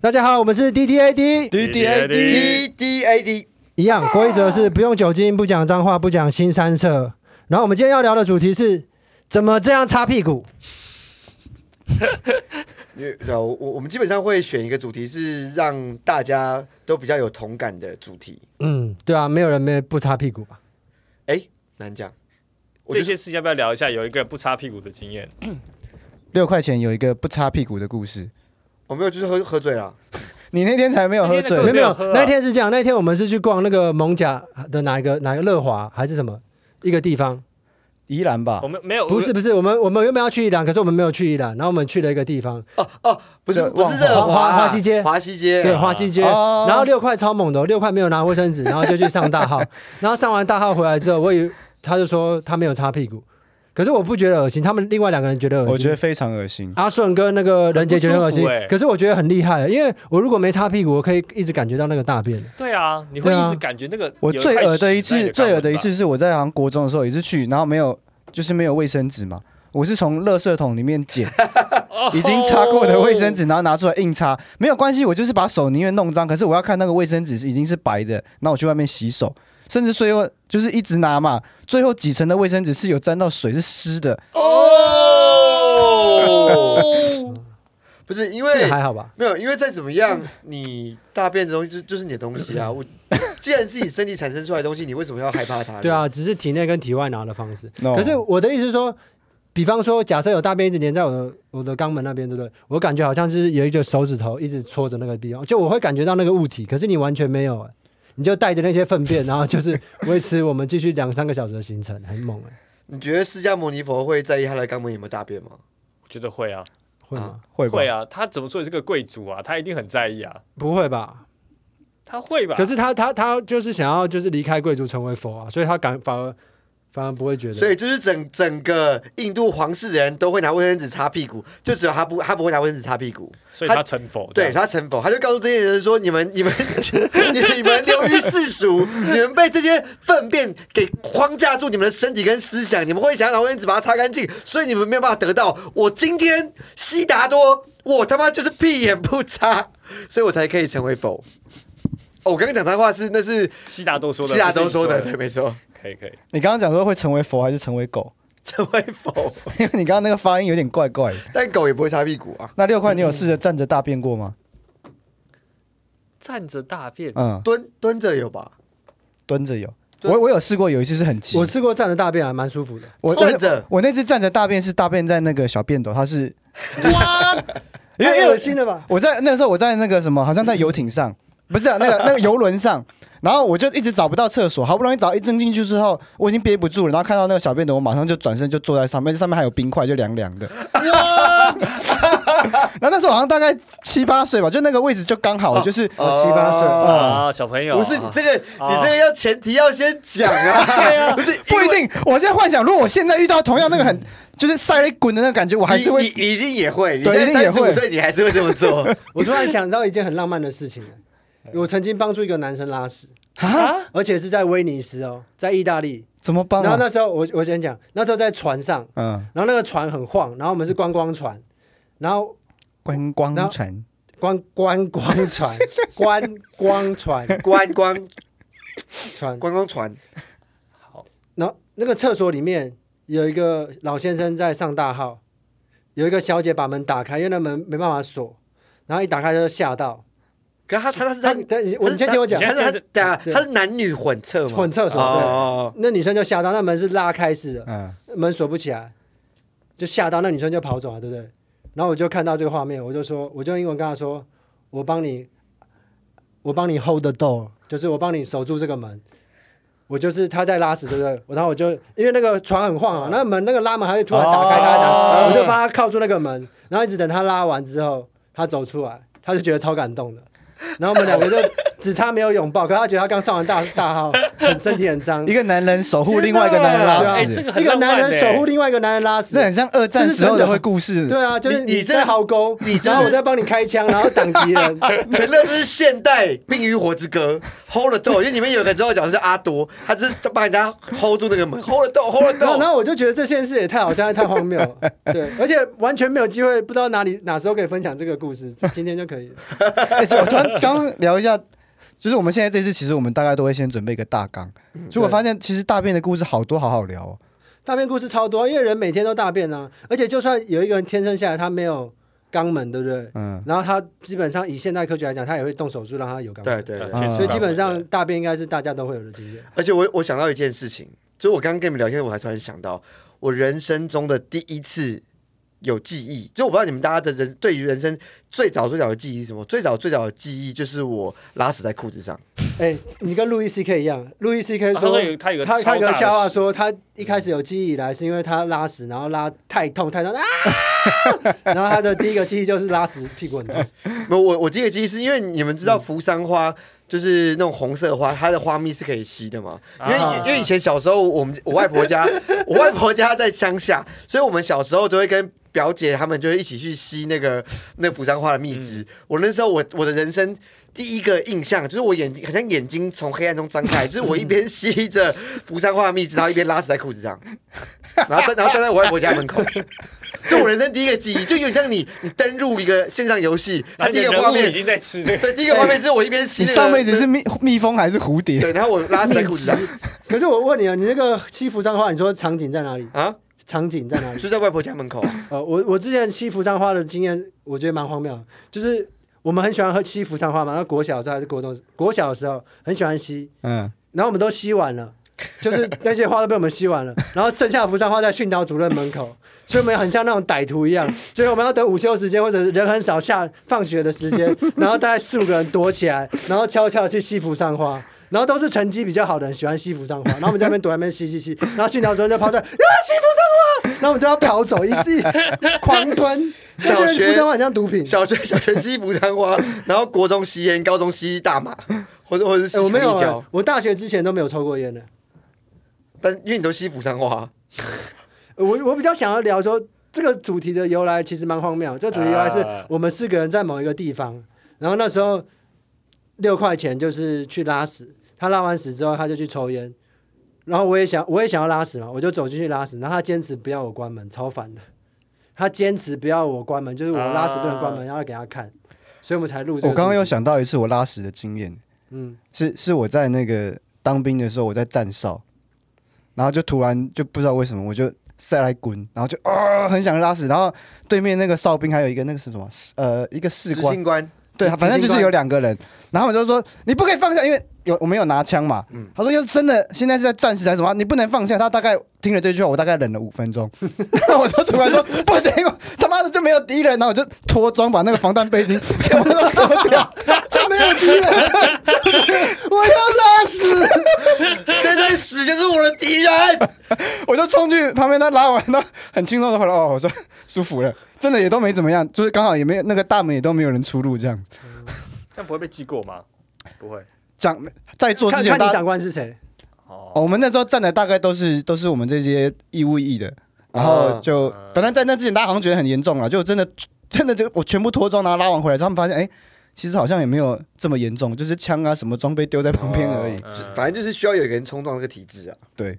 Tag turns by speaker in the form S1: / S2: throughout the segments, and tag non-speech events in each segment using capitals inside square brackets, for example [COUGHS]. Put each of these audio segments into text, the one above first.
S1: 大家好，我们是 D D A D，
S2: 滴滴 A
S3: D
S2: D
S3: D A D，
S1: 一样规则是不用酒精，不讲脏话，不讲新三色。然后我们今天要聊的主题是怎么这样擦屁股。
S3: 因为呃我我我们基本上会选一个主题是让大家都比较有同感的主题。
S1: 嗯，对啊，没有人没不擦屁股吧？
S3: 哎，难讲，我
S2: 这
S3: 就是
S2: 些事要不要聊一下？有一个人不擦屁股的经验，
S4: 六块钱有一个不擦屁股的故事。
S3: 我哦没有就是喝喝醉了，
S4: 你那天才没有
S1: 没
S4: 喝
S2: 对
S1: 有
S4: 醉，
S1: 没有
S2: 没有喝啊，
S1: 那天是这样，那天我们是去逛那个蒙甲的哪一个哪一个乐华还是什么一个地方？
S4: 宜兰吧
S2: 我？们没有，
S1: 不是不是，我们我们原本要去宜兰，可是我们没有去宜兰，然后我们去了一个地方，
S3: 不是
S4: 对
S3: 不是
S4: 忘
S3: 这个
S1: 华华华
S3: 华
S1: 西街
S3: 华西街
S1: 对，花西街。
S4: 哦
S1: 然后六块超猛的哦，六块没有拿卫生纸，然后就去上大
S4: [LAUGHS]
S1: 号，然后上完大号回来之后，我以为他就说他没有擦屁股，可是我不觉得恶心，他们另外两个人觉得恶心。
S4: 我觉得非常恶心。
S1: 阿顺跟那个任杰觉得很恶心
S2: 很不舒服欸，
S1: 可是我觉得很厉害，因为我如果没擦屁股，我可以一直感觉到那个大便。
S2: 对啊，你会
S1: 对啊
S2: 一直感觉那个
S4: 我
S2: 有
S4: 最
S2: 块
S4: 恶的一
S2: 屎在你
S4: 次，
S2: 肛门
S4: 最恶的一
S2: 吧
S4: 次是我在好像国中的时候也是去，然后没有，就是没有卫生纸嘛。我是从垃圾桶里面 [LAUGHS] 捡已经擦过的卫生纸，然后拿出来硬擦，没有关系，我就是把手宁愿弄脏，可是我要看那个卫生纸是已经是白的，那我去外面洗手，甚至最后就是一直拿嘛，最后几层的卫生纸是有沾到水是湿的，
S1: [LAUGHS]
S3: 哦，不是因
S1: 这
S3: 为
S1: 个还好吧？
S3: 没有，因为再怎么样，你大便的东西就就是你的东西啊。我既然是你身体产生出来的东西，你为什么要害怕它？
S1: 对，啊，只是体内跟体外拿的方式。
S4: No
S1: 可是我的意思是说，比方说，假设有大便一直粘在我的我的肛门那边，对不对？我感觉好像是有一个手指头一直戳着那个地方，就我会感觉到那个物体，可是你完全没有、欸你就带着那些粪便， [LAUGHS] 然后就是维持我们继续两三个小时的行程，很猛哎、
S3: 你觉得释迦牟尼佛会在意他的肛门有没有大便吗？
S2: 我觉得会啊，
S1: 会吗？
S4: 会吧？
S2: 会啊，他怎么说也是个贵族啊，他一定很在意啊，
S1: 不会吧？
S2: 他会
S4: 啊
S2: 吧？
S1: 可是他他他就是想要就是离开贵族成为佛啊，所以他敢反而反而不会觉得。
S3: 所以就是整整个印度皇室的人都会拿卫生纸擦屁股，就只有他不，他不会拿卫生纸擦屁股。
S2: 所以他成佛，
S3: 对他成否，他就告诉这些人说：“你们、你们、你你们流于世俗，你们被这些粪便给框架住你们的身体跟思想，你们会想要拿卫生纸把它擦干净，所以你们没有办法得到。我今天悉达多，我他妈就是屁眼不擦，所以我才可以成为否。”哦，我刚刚讲脏话是那是
S2: 悉达多说的，
S3: 悉达多
S2: 不是你
S3: 说的，
S2: 的，
S3: 对，没错，
S2: 可以可以，
S4: 你刚刚讲说会成为佛还是成为狗？
S3: 成为否，
S4: 因为 [LAUGHS] 你刚刚那个发音有点怪怪的。
S3: 但狗也不会擦屁股啊。
S4: 那六块，你有试着站着大便过吗？
S2: 站着大便，
S4: 嗯，
S3: 蹲蹲着有吧？
S4: 蹲着有。
S3: 蹲
S4: 我我有试过，有一次是很急。
S1: 我吃过站着大便还蛮舒服的，
S4: 我
S3: 站着
S4: 我，我那次站着大便是大便在那个小便斗，它是
S2: 哇，
S4: 因为
S3: 哎
S1: 太
S4: 因
S1: 恶
S4: 为
S1: 心了吧？
S4: 我在那个时候我在那个什么，好像在游艇
S3: 嗯
S4: 上，不是、啊、那个那个游轮上，然后我就一直找不到厕所，好不容易找一进进去之后，我已经憋不住了，然后看到那个小便斗，我马上就转身就坐在上面，上面还有冰块，就凉
S3: [LAUGHS]
S4: 凉的。然后那时候好像大概七八岁吧，就那个位置就刚好，就是呃
S3: 哦
S4: 我七八岁啊。
S2: 啊，小朋友，
S3: 不是你
S2: 啊
S3: 这个，你
S2: 啊
S3: 这个要前提要先讲啊，
S2: 对啊
S3: 不是
S4: 不一。定，我现在幻想，如果我现在遇到同样那个很
S1: 嗯
S4: 就是塞了一滚的那个感觉，我还
S3: 因
S4: 是
S3: 为
S4: 会
S3: 你你你一定也会，你
S4: 对
S3: 现
S4: 一定
S3: 在
S4: 也
S3: 三十五
S4: 会
S3: 岁，你还是会这么
S1: [LAUGHS]
S3: 做。
S1: 我突然想到一件很浪漫的事情
S4: [LAUGHS]
S1: 了，
S4: 哎
S1: 我曾经帮助一个男生拉屎，
S4: 啊，
S1: [LAUGHS] 而且是在威尼斯哦，在意大利。
S4: 怎么帮
S1: 然后
S4: 啊？
S1: 那时候我我先讲，那时候在船上，
S4: 嗯，
S1: 然后那个船很晃，然后我们是观光船，然后
S4: 观光船，
S1: 观观光船，观光船
S3: 观光
S1: 船，
S3: 观光船，
S1: 然后那个厕所里面有一个老先生在上大号，有一个小姐把门打开，因为那门没办法锁，然后一打开就吓到。
S3: 可是他他他是
S1: 他，
S3: 他，
S1: 等你我你先听我讲
S2: 你，
S3: 他
S2: 先
S3: 是他
S2: 对
S3: 等下
S1: 对
S3: 他是男女混厕吗？
S1: 混厕所对
S3: 哦，
S1: 那女生就吓到，那门是拉开式的，
S4: 嗯，
S1: 门锁不起来，就吓到那女生就跑走了，对不对？然后我就看到这个画面，我就说，我就用英文跟她说，我帮你，我帮你 hold the door，就是我帮你守住这个门。我就是她在拉屎，对不对？我然后我就因为那个床很晃啊，那个门那个拉门还会突然打开，
S4: 哦
S1: 她还打，我就帮她靠住那个门，然后一直等她拉完之后，她走出来，她 [LAUGHS] 就觉得超感动的。然后我们两个就只差没有拥抱，可她觉得她刚上完大大号，很身体很脏，
S4: 一个男人守护另外一个男人
S1: 对啊
S4: 拉
S2: 哎，
S4: 屎
S2: 这，个
S1: 一
S2: 很
S1: 个
S2: 浪
S1: 男
S2: 漫
S1: 人守护
S2: 欸。
S1: 另外一哎个男人拉屎
S4: 这，很像二战时候的会故事。
S1: 对啊，就是
S3: 你你真
S1: 在
S3: 的是
S1: 壕沟，
S3: 你真的哦
S1: 然后我
S3: 是
S1: 在帮你开枪，然后挡敌
S3: [LAUGHS]
S1: 人，
S3: 全乐就是现代《冰与火之歌》，hold [LAUGHS] 得动，因为里面有一个很重要的角色是阿多，他就是帮人家 hold 住那个门，hold 得动，hold 得
S1: 然后，然
S3: 动。
S1: 后我就觉得这件事也太好笑，太荒谬了。
S3: [LAUGHS]
S1: 对，而且完全没有机会，不知道哪里哪时候可以分享这个故事，今天就可以了。
S4: 哎，这我突然刚刚聊一下，就是我们现在这次，其实我们大概都会先准备一个大纲。
S1: 嗯
S4: 就我发现，其实大便的故事好多，好好聊哦。
S1: 大便故事超多，因为人每天都大便啊，而且就算有一个人天生下来他没有肛门，对不对？
S4: 嗯，
S1: 然后他基本上以现代科学来讲，他也会动手术让他有肛门，
S3: 对对对，
S4: 嗯
S1: 所以基本上大便应该是大家都会有的经验。
S3: 而且我我想到一件事情，就是我刚刚跟你们聊天，我才突然想到，我人生中的第一次有记忆，就我不知道你们大家的人对于人生最早最早的记忆是什么？最早最早的记忆就是我拉屎在裤子上，
S1: 哎，你跟路易 C K 一样，路易 C K
S2: 他
S1: 说
S2: 说有他有个
S1: 他
S2: 超
S1: 他有
S2: 大
S1: 个
S2: 的
S1: 笑话
S2: 屎
S1: 说，他一开始有记忆以来是因为他拉屎，然后拉太痛太痛啊， [LAUGHS] 然后他的第一个记忆就是拉屎屁股很痛。 [LAUGHS]
S3: 没有我我第一个记忆是因为你们知道扶桑花。就是那种红色花，它的花蜜是可以吸的嘛？因为、
S2: 啊
S3: 因为以前小时候，我们我外婆家， [LAUGHS] 我外婆家在乡下，所以我们小时候都会跟表姐她们就会一起去吸那个那扶桑花的蜜汁。我那时候我我的人生第一个印象就是我眼睛好像眼睛从黑暗中
S4: [LAUGHS]
S3: 张开，就是我一边吸着扶桑花的蜜汁，然后一边拉屎在裤
S4: [LAUGHS]
S3: 子上，然后站然后站在我外婆家门口。就我人生第一个记忆，就有点像你，你登入一个线上游戏，它
S2: 他
S3: 第一
S2: 这
S3: 个
S2: 个
S3: 画
S2: 人物
S3: 面
S2: 已，经在吃这个，
S3: [LAUGHS] 对，第一个画面是我一边吸
S4: 你
S3: 那个
S4: 上辈子是蜜蜜蜂还是蝴蝶？
S3: 对，然后我拉屎在裤子上
S1: 可是我问你啊，你那个西服彰化，你说场景在哪里？
S3: 啊，
S1: 场景在哪里？
S3: 就在外婆家门口啊。
S1: 呃，我我之前西服彰化的经验，我觉得蛮荒谬的，就是我们很喜欢喝西服彰化嘛，然后国小的时候还是国中，国小的时候很喜欢吸，
S4: 嗯，
S1: 然后我们都吸完了。就是那些花都被我们吸完
S3: [LAUGHS]
S1: 了，然后剩下的服装花在训导主任门口，所以我们很像那种歹徒一样，所以我们要等午休时间或者是人很少下放学的时间，
S3: [LAUGHS]
S1: 然后大概四五个人躲起来，然后悄悄地去吸服装花，然后都是成绩比较好的人喜欢吸服装花，然后我们在那边躲在那边吸吸吸，然后训导主任就跑出来，啊吸服装花，然后我们就要跑走，一
S3: [LAUGHS]
S1: 直狂吞，
S3: 小学
S1: 那些服装花很像毒品。
S3: 小学小学吸不沾花，然后国中吸烟，高中吸大麻，或者或者是吸
S1: 哎我没有
S3: 强力
S1: 啊、
S3: 胶，
S1: 我大学之前都没有抽过烟的。
S4: 哎
S3: 但因为你都吸不沾花，
S1: 我我比较想要聊说这个主题的由来，其实蛮荒谬。这个主题由来是
S2: 啊
S1: 我们四个人在某一个地方，然后那时候六块钱就是去拉屎，他拉完屎之后他就去抽烟，然后我也想我也想要拉屎嘛，我就走进去拉屎，然后他坚持不要我关门，超烦的。他坚持不要我关门，就是我拉屎不能关门，然后给他看，所以我们才录这个。
S4: 我刚刚又，想到一次我拉屎的经验，
S1: 嗯，
S4: 是是我在那个当兵的时候，我在站哨，然后就突然就不知道为什么我就塞来滚，然后就啊、很想拉屎，然后对面那个哨兵还有一个那个是什么呃一个士
S3: 执
S4: 官，
S3: 行官
S4: 对，
S1: 执
S4: 反正就
S1: 执行官
S4: 是有两个人，然后我就说你不可以放下，因为有我们有拿枪嘛，
S3: 嗯
S4: 他说要是真的现在是在战时还是什么，你不能放下。他大概听了这句话，我大概忍了五分
S1: [LAUGHS]
S4: 钟，然后我就突然说不行，我他妈的就没有敌人，然后我就脱妆把那个防弹背心全部都脱掉，
S1: [LAUGHS] 就没有敌
S4: [LAUGHS]
S1: 人，我要拉屎。
S3: [LAUGHS] 现在屎就是我的敌人。
S4: 我就冲去旁边，他拉完，他很轻松的回来，哦，我说舒服了，真的也都没怎么样，就是刚好也没有那个大门也都没有人出入这样。
S2: 这样不会被记过吗？不会。
S4: 长在做之
S1: 看
S4: 前
S1: 看
S4: 大
S1: 你
S4: 家、
S1: 长官是谁？
S4: 哦，
S2: 哦，
S4: 我们那时候站的大概都是都是我们这些义务役的，然后就、
S2: 嗯
S4: 反正在那之前大家好像觉得很严重了，啊就真的真的就我全部脱妆，然后拉完回来之后，他们发现哎、其实好像也没有这么严重，就是枪啊什么装备丢在旁边而已。
S3: 哦反正就是需要有一个人冲撞这个体制啊，
S4: 对，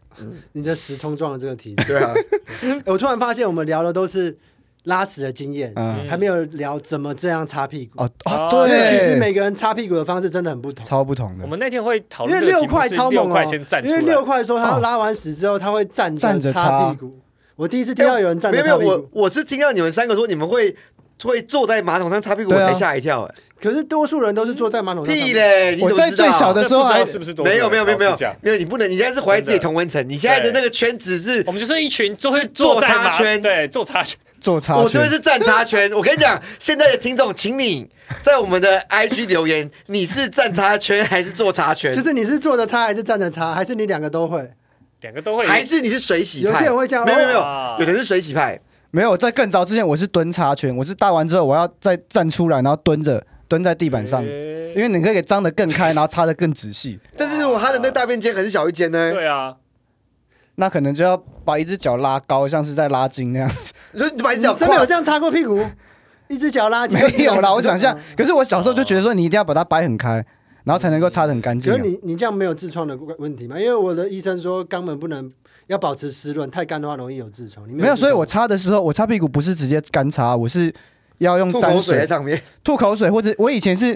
S1: 你的屎冲撞了这个题。
S3: [LAUGHS] 对啊，
S1: 欸我突然发现，我们聊的都是拉屎的经验，
S4: 嗯，
S1: 还没有聊怎么这样擦屁股。
S4: 哦哦，
S2: 哦
S1: 因为
S4: 对，
S1: 其实每个人擦屁股的方式真的很不同。
S4: 超不同
S2: 我
S4: 的，
S2: 们那天会讨
S1: 因为
S2: 论这个
S1: 六
S2: 题目
S1: 块
S2: 是
S1: 超猛
S2: 六
S1: 哦
S2: 块先站，出
S1: 因为
S2: 来，
S1: 六块说他拉完屎之后，他会站
S4: 哦站着
S1: 擦
S4: 擦哎
S1: 屁股。我第一次听到有人站
S3: [LAUGHS] 没
S1: 着
S3: 有没有，
S1: 擦屁股
S3: 我，我是听到你们三个说你们会会坐在马桶上擦屁股，我
S4: 对啊
S3: 才吓一跳哎，
S1: 可是多数人哦都是坐在马桶上。
S3: 屁！嘞！你怎
S4: 我
S3: 么
S4: 在
S3: 知道
S4: 最小的
S2: 这
S4: 时候
S2: 不知
S4: 还
S2: 道是哦不是多数
S3: 没
S2: 人
S3: 有没有没有没
S2: 老实
S3: 有
S2: 讲
S3: 没有，你不能，你现在是活在自己同温层，你现在的那个圈子是
S2: 我们就是一群就会
S3: 是
S2: 坐
S3: 坐
S2: 在
S3: 插
S2: 马
S3: 圈
S2: 对，坐插圈。
S4: 做差
S3: 我
S4: 距
S3: 这。边是站插圈， [LAUGHS] 我跟你讲，现在的听众，请你在我们的 [LAUGHS] IG 留言，你是站插圈还是坐插圈？
S1: 就是你是坐着擦还是站着擦，还是你两个都会？
S2: 两个都会，
S3: 还是你是水洗派？
S1: 有些人会这样
S3: 没有没有没有
S2: 哇，
S3: 有的人是水洗派，
S4: 没有，在更早之前我是蹲叉圈，我是大完之后我要再站出来，然后蹲着蹲在地板上，
S2: 欸
S4: 因为你可以给张得更开，然后擦得更仔细。
S3: 但是
S2: 哇
S3: 果他的那大便间很小一间呢？
S2: 对啊，
S4: 那可能就要把一只脚拉高，像是在拉筋那样。
S3: 你说你把你
S1: 你
S3: 脚
S1: 真的有
S3: 跨
S1: 这样擦过屁股？
S4: [LAUGHS]
S1: 一只脚拉起来
S4: 没有啦，我想一
S3: [LAUGHS]
S4: 下。可是我小时候就
S2: 哦
S4: 觉得说，你一定要把它掰很开，然后才能够擦得很干净
S1: 可
S3: 哦
S4: 啊、
S1: 是你你这样没有痔疮的问题吗？因为我的医生说肛门不能要保持湿润，太干的话容易有痔疮。你
S4: 没有，所以我擦的时候，我擦屁股不是直接干擦，我是要用
S3: 吐
S4: 沾
S3: 口水在上面，
S4: 吐口水，或者我以前是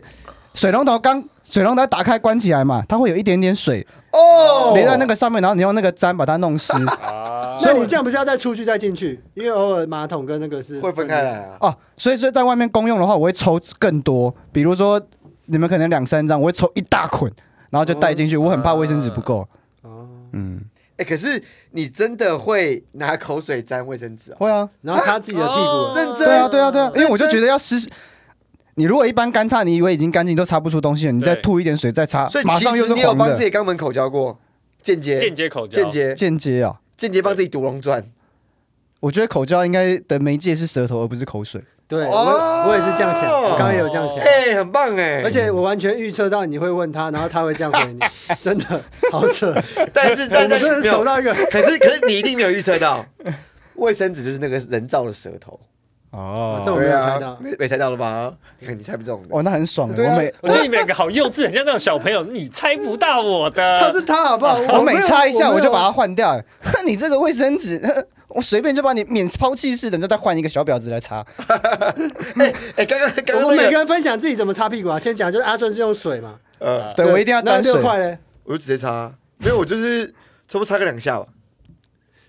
S4: 水龙头刚水龙头打开关起来嘛，它会有一点点水
S3: 哦，
S4: 淋在那个上面，然后你用那个粘把它弄
S3: [LAUGHS]
S4: 湿。
S2: 啊，
S1: 那你这样不是要再出去再进去？因为偶尔马桶跟那个是
S3: 会分开。来
S1: 嗯
S3: 啊。
S4: 哦，所以所以在外面公用的话，我会抽更多，比如说你们可能两三张，我会抽一大捆，然后就带进去。我很怕卫生纸不够，
S1: 哦，
S4: 嗯，
S3: 哎，可是你真的会拿口水沾卫生纸哦？
S4: 会啊，
S1: 然后擦自己的屁股，
S3: 认真
S4: 对啊，对啊，对啊，因为我就
S3: 真
S4: 觉得要湿。你如果一般干擦，你以为已经干净，都擦不出东西了，你再
S2: 对
S4: 吐一点水再擦
S1: 啊
S3: 所，以
S4: 马
S3: 其
S4: 上又
S3: 实
S4: 是
S3: 你有
S4: 黄
S3: 帮自
S4: 的。
S3: 己肛门口交过，间接
S2: 间接口交，
S3: 间接
S4: 间接啊，
S3: 间接帮自己独龙转。
S4: 我觉得口交应该的媒介是舌头，而不是口水。
S1: 对
S3: 哦
S1: 我我也是这样想，我刚刚也有这样想。
S3: 哎，很棒哎
S1: 哦而！且我完全预测到你会问他，然后他会这样
S4: [LAUGHS]
S1: 回你，真的好扯！
S3: 但是
S1: 我
S3: 但但
S1: 真的
S3: 没
S1: 熟
S3: 有，
S1: 到一个，
S3: 可是可是你一定没有预测到，卫生纸就是那个人造的舌头。
S1: 啊这我
S4: 哦，
S1: 没
S3: 对
S1: 有猜
S3: 啊
S1: 到，
S3: 没没猜到了吧？你看你猜不中的。
S4: 哦，那很爽。
S3: 对啊
S4: 我每
S2: 我觉得你们两个好幼稚，很像那种小朋友，你猜不到我
S1: 他
S2: 的。
S1: 是他好不好？
S4: 我每
S1: 没有
S4: 擦一下
S1: 没
S4: 我
S1: 有
S4: 就把它换掉。 [LAUGHS] 你这个卫生纸， [LAUGHS] 我随便就把你免抛弃式的，你再换一个小婊子来擦。
S3: 哎，刚刚刚
S1: 我
S3: 刚
S1: 们每
S3: 那
S1: 个
S3: 个，
S1: 人分享自己怎么擦屁股啊。先讲就是阿顺是用水嘛，
S3: 呃，
S4: 对我一定要
S1: 那
S4: 沾水
S1: 六。块嘞，
S3: 我就直接擦，啊没有，我就是差不多擦个两下吧。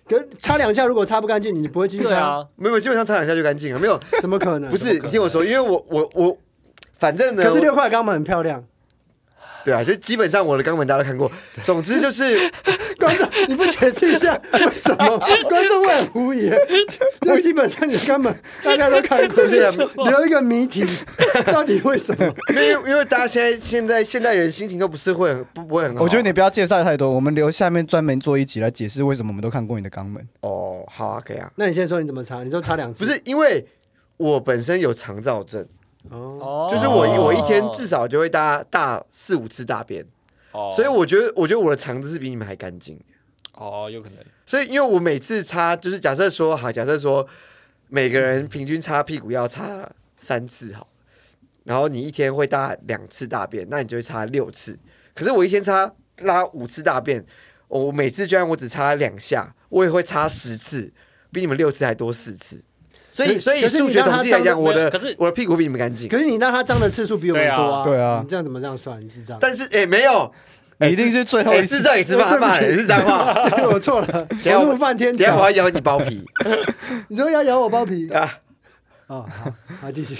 S1: 可擦两下如果擦不干净，你不会继续
S2: 对
S1: 擦，
S2: 啊，
S3: 没有，基本上擦两下就干净了。没有，
S1: 怎么可能？
S3: 不是，你听我说，因为我我我，反正呢，
S1: 可是六块肛门很漂亮，
S3: 对啊，就基本上我的肛门大家都看过。总之就是，
S1: 观众你不解释一下为什
S3: [LAUGHS]
S1: 么观众会很无言？就基本上你肛门大家都看过，
S3: 不是
S1: 留一个谜题， [LAUGHS] 到底为什么？
S3: 因为因为大家现在现在现代人心情都不是会很不不会很好。啊
S4: 我觉得你不要介绍太多，我们留下面专门做一集来解释为什么我们都看过你的肛门。
S3: 哦，好啊，可以啊，
S1: 那你先说你怎么擦？你说擦两次，
S3: 不是因为我本身有肠燥症，
S1: 哦，
S2: 哦
S3: 就是我一我一天至少就会大大四五次大便，
S2: 哦
S3: 所以我觉得我觉得我的肠子是比你们还干净。
S2: 哦，有可能
S3: 所以，因为我每次擦，就是假设说，好，假设说，每个人平均擦屁股要擦三次，好了，然后你一天会大两次大便，那你就会擦六次。可是我一天擦拉五次大便，我每次就算我只擦两下，我也会擦十次，比你们六次还多四次。所以，
S1: 可
S3: 所以
S1: 可是你
S3: 数学
S1: 让他
S3: 统计来
S1: 脏
S3: 讲，
S1: 的
S3: 我的
S2: 可是
S3: 我的屁股比你们干净
S1: 可。是你让它脏的次数比我们多啊，
S4: 对啊对啊
S1: 你这样怎么这样算？你智障？
S3: 但是，哎、没 [LAUGHS] 有，
S4: 你一定是最后
S3: 哎、 [LAUGHS]
S4: 一次
S3: 智。障也是骂
S1: 对不起
S3: 骂人是脏话。
S1: 对 [LAUGHS] 我错了，
S3: 下
S1: 我
S3: 我
S1: 录半天
S3: 等一下我
S1: 条
S3: 要，咬你包 [LAUGHS] 皮
S1: 你说要咬我包皮
S3: 啊！
S1: 哦，好，好继续。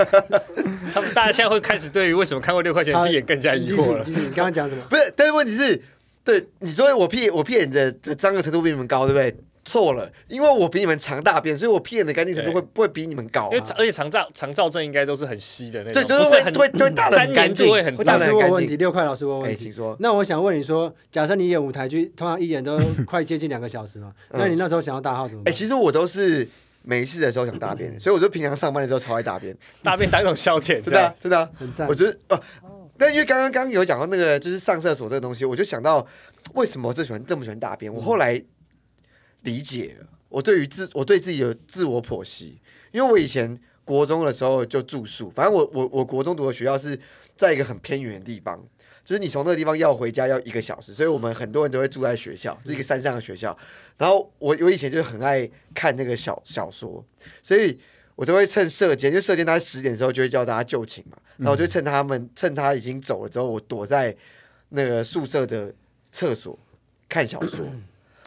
S2: 他们大家现在会开始对于为什么看过六块钱的屁眼更加
S1: 你
S2: 疑
S1: 继续
S2: 惑
S1: 你
S2: 了。
S1: 继续，你刚刚讲什么？
S3: 不是，但是问题是，对你说我屁我屁眼的这脏的程度比你们高，对不对？错了，因为我比你们长大便，所以我屁眼的干净程度会不会比你们高、啊
S2: 因为肠而且肠燥肠燥症应该都是很稀的那
S3: 对，
S2: 种，
S3: 就是
S2: 不是
S3: 会
S2: 很
S3: 会会大的
S2: 粘
S3: 很干
S2: 黏
S3: 净，
S2: 度会很
S3: 会大
S1: 老
S3: 的
S1: 师
S3: 很
S1: 问
S3: 干
S1: 问题，
S3: 净。
S1: 六块老师问
S3: 哎，
S1: 问
S3: 请
S1: 题。
S3: 说，
S1: 哦那我想问你说，假设你演舞台剧，通常一演
S3: [LAUGHS]
S1: 都快接近两个小时嘛？
S3: 嗯
S1: 那你那时候想要大号怎么
S3: 哎，
S1: 办？
S3: 其实我都是没事的时候想大便，所以我就平常上班的时候超爱大便，
S2: 大便当一种消遣，
S3: 真的啊真的啊。
S1: 很赞
S3: 我。觉得哦，但因为刚刚刚有讲到那个就是上厕所这个东西，我就想到为什么我这喜欢这么喜欢大便，我后来理解了，我对于自我对自己有自我剖析，因为我以前国中的时候就住宿，反正我我我国中读的学校是在一个很偏远的地方。就是你从那个地方要回家要一个小时，所以我们很多人都会住在学校，是一个山上的学校。然后我我以前就很爱看那个小小说，所以我都会趁射箭，因为射箭大概十点之后就会叫大家就寝嘛，
S2: 嗯
S3: 然后我就趁他们趁他已经走了之后，我躲在那个宿舍的厕所看小
S2: [CLEARS THROAT]
S3: 说，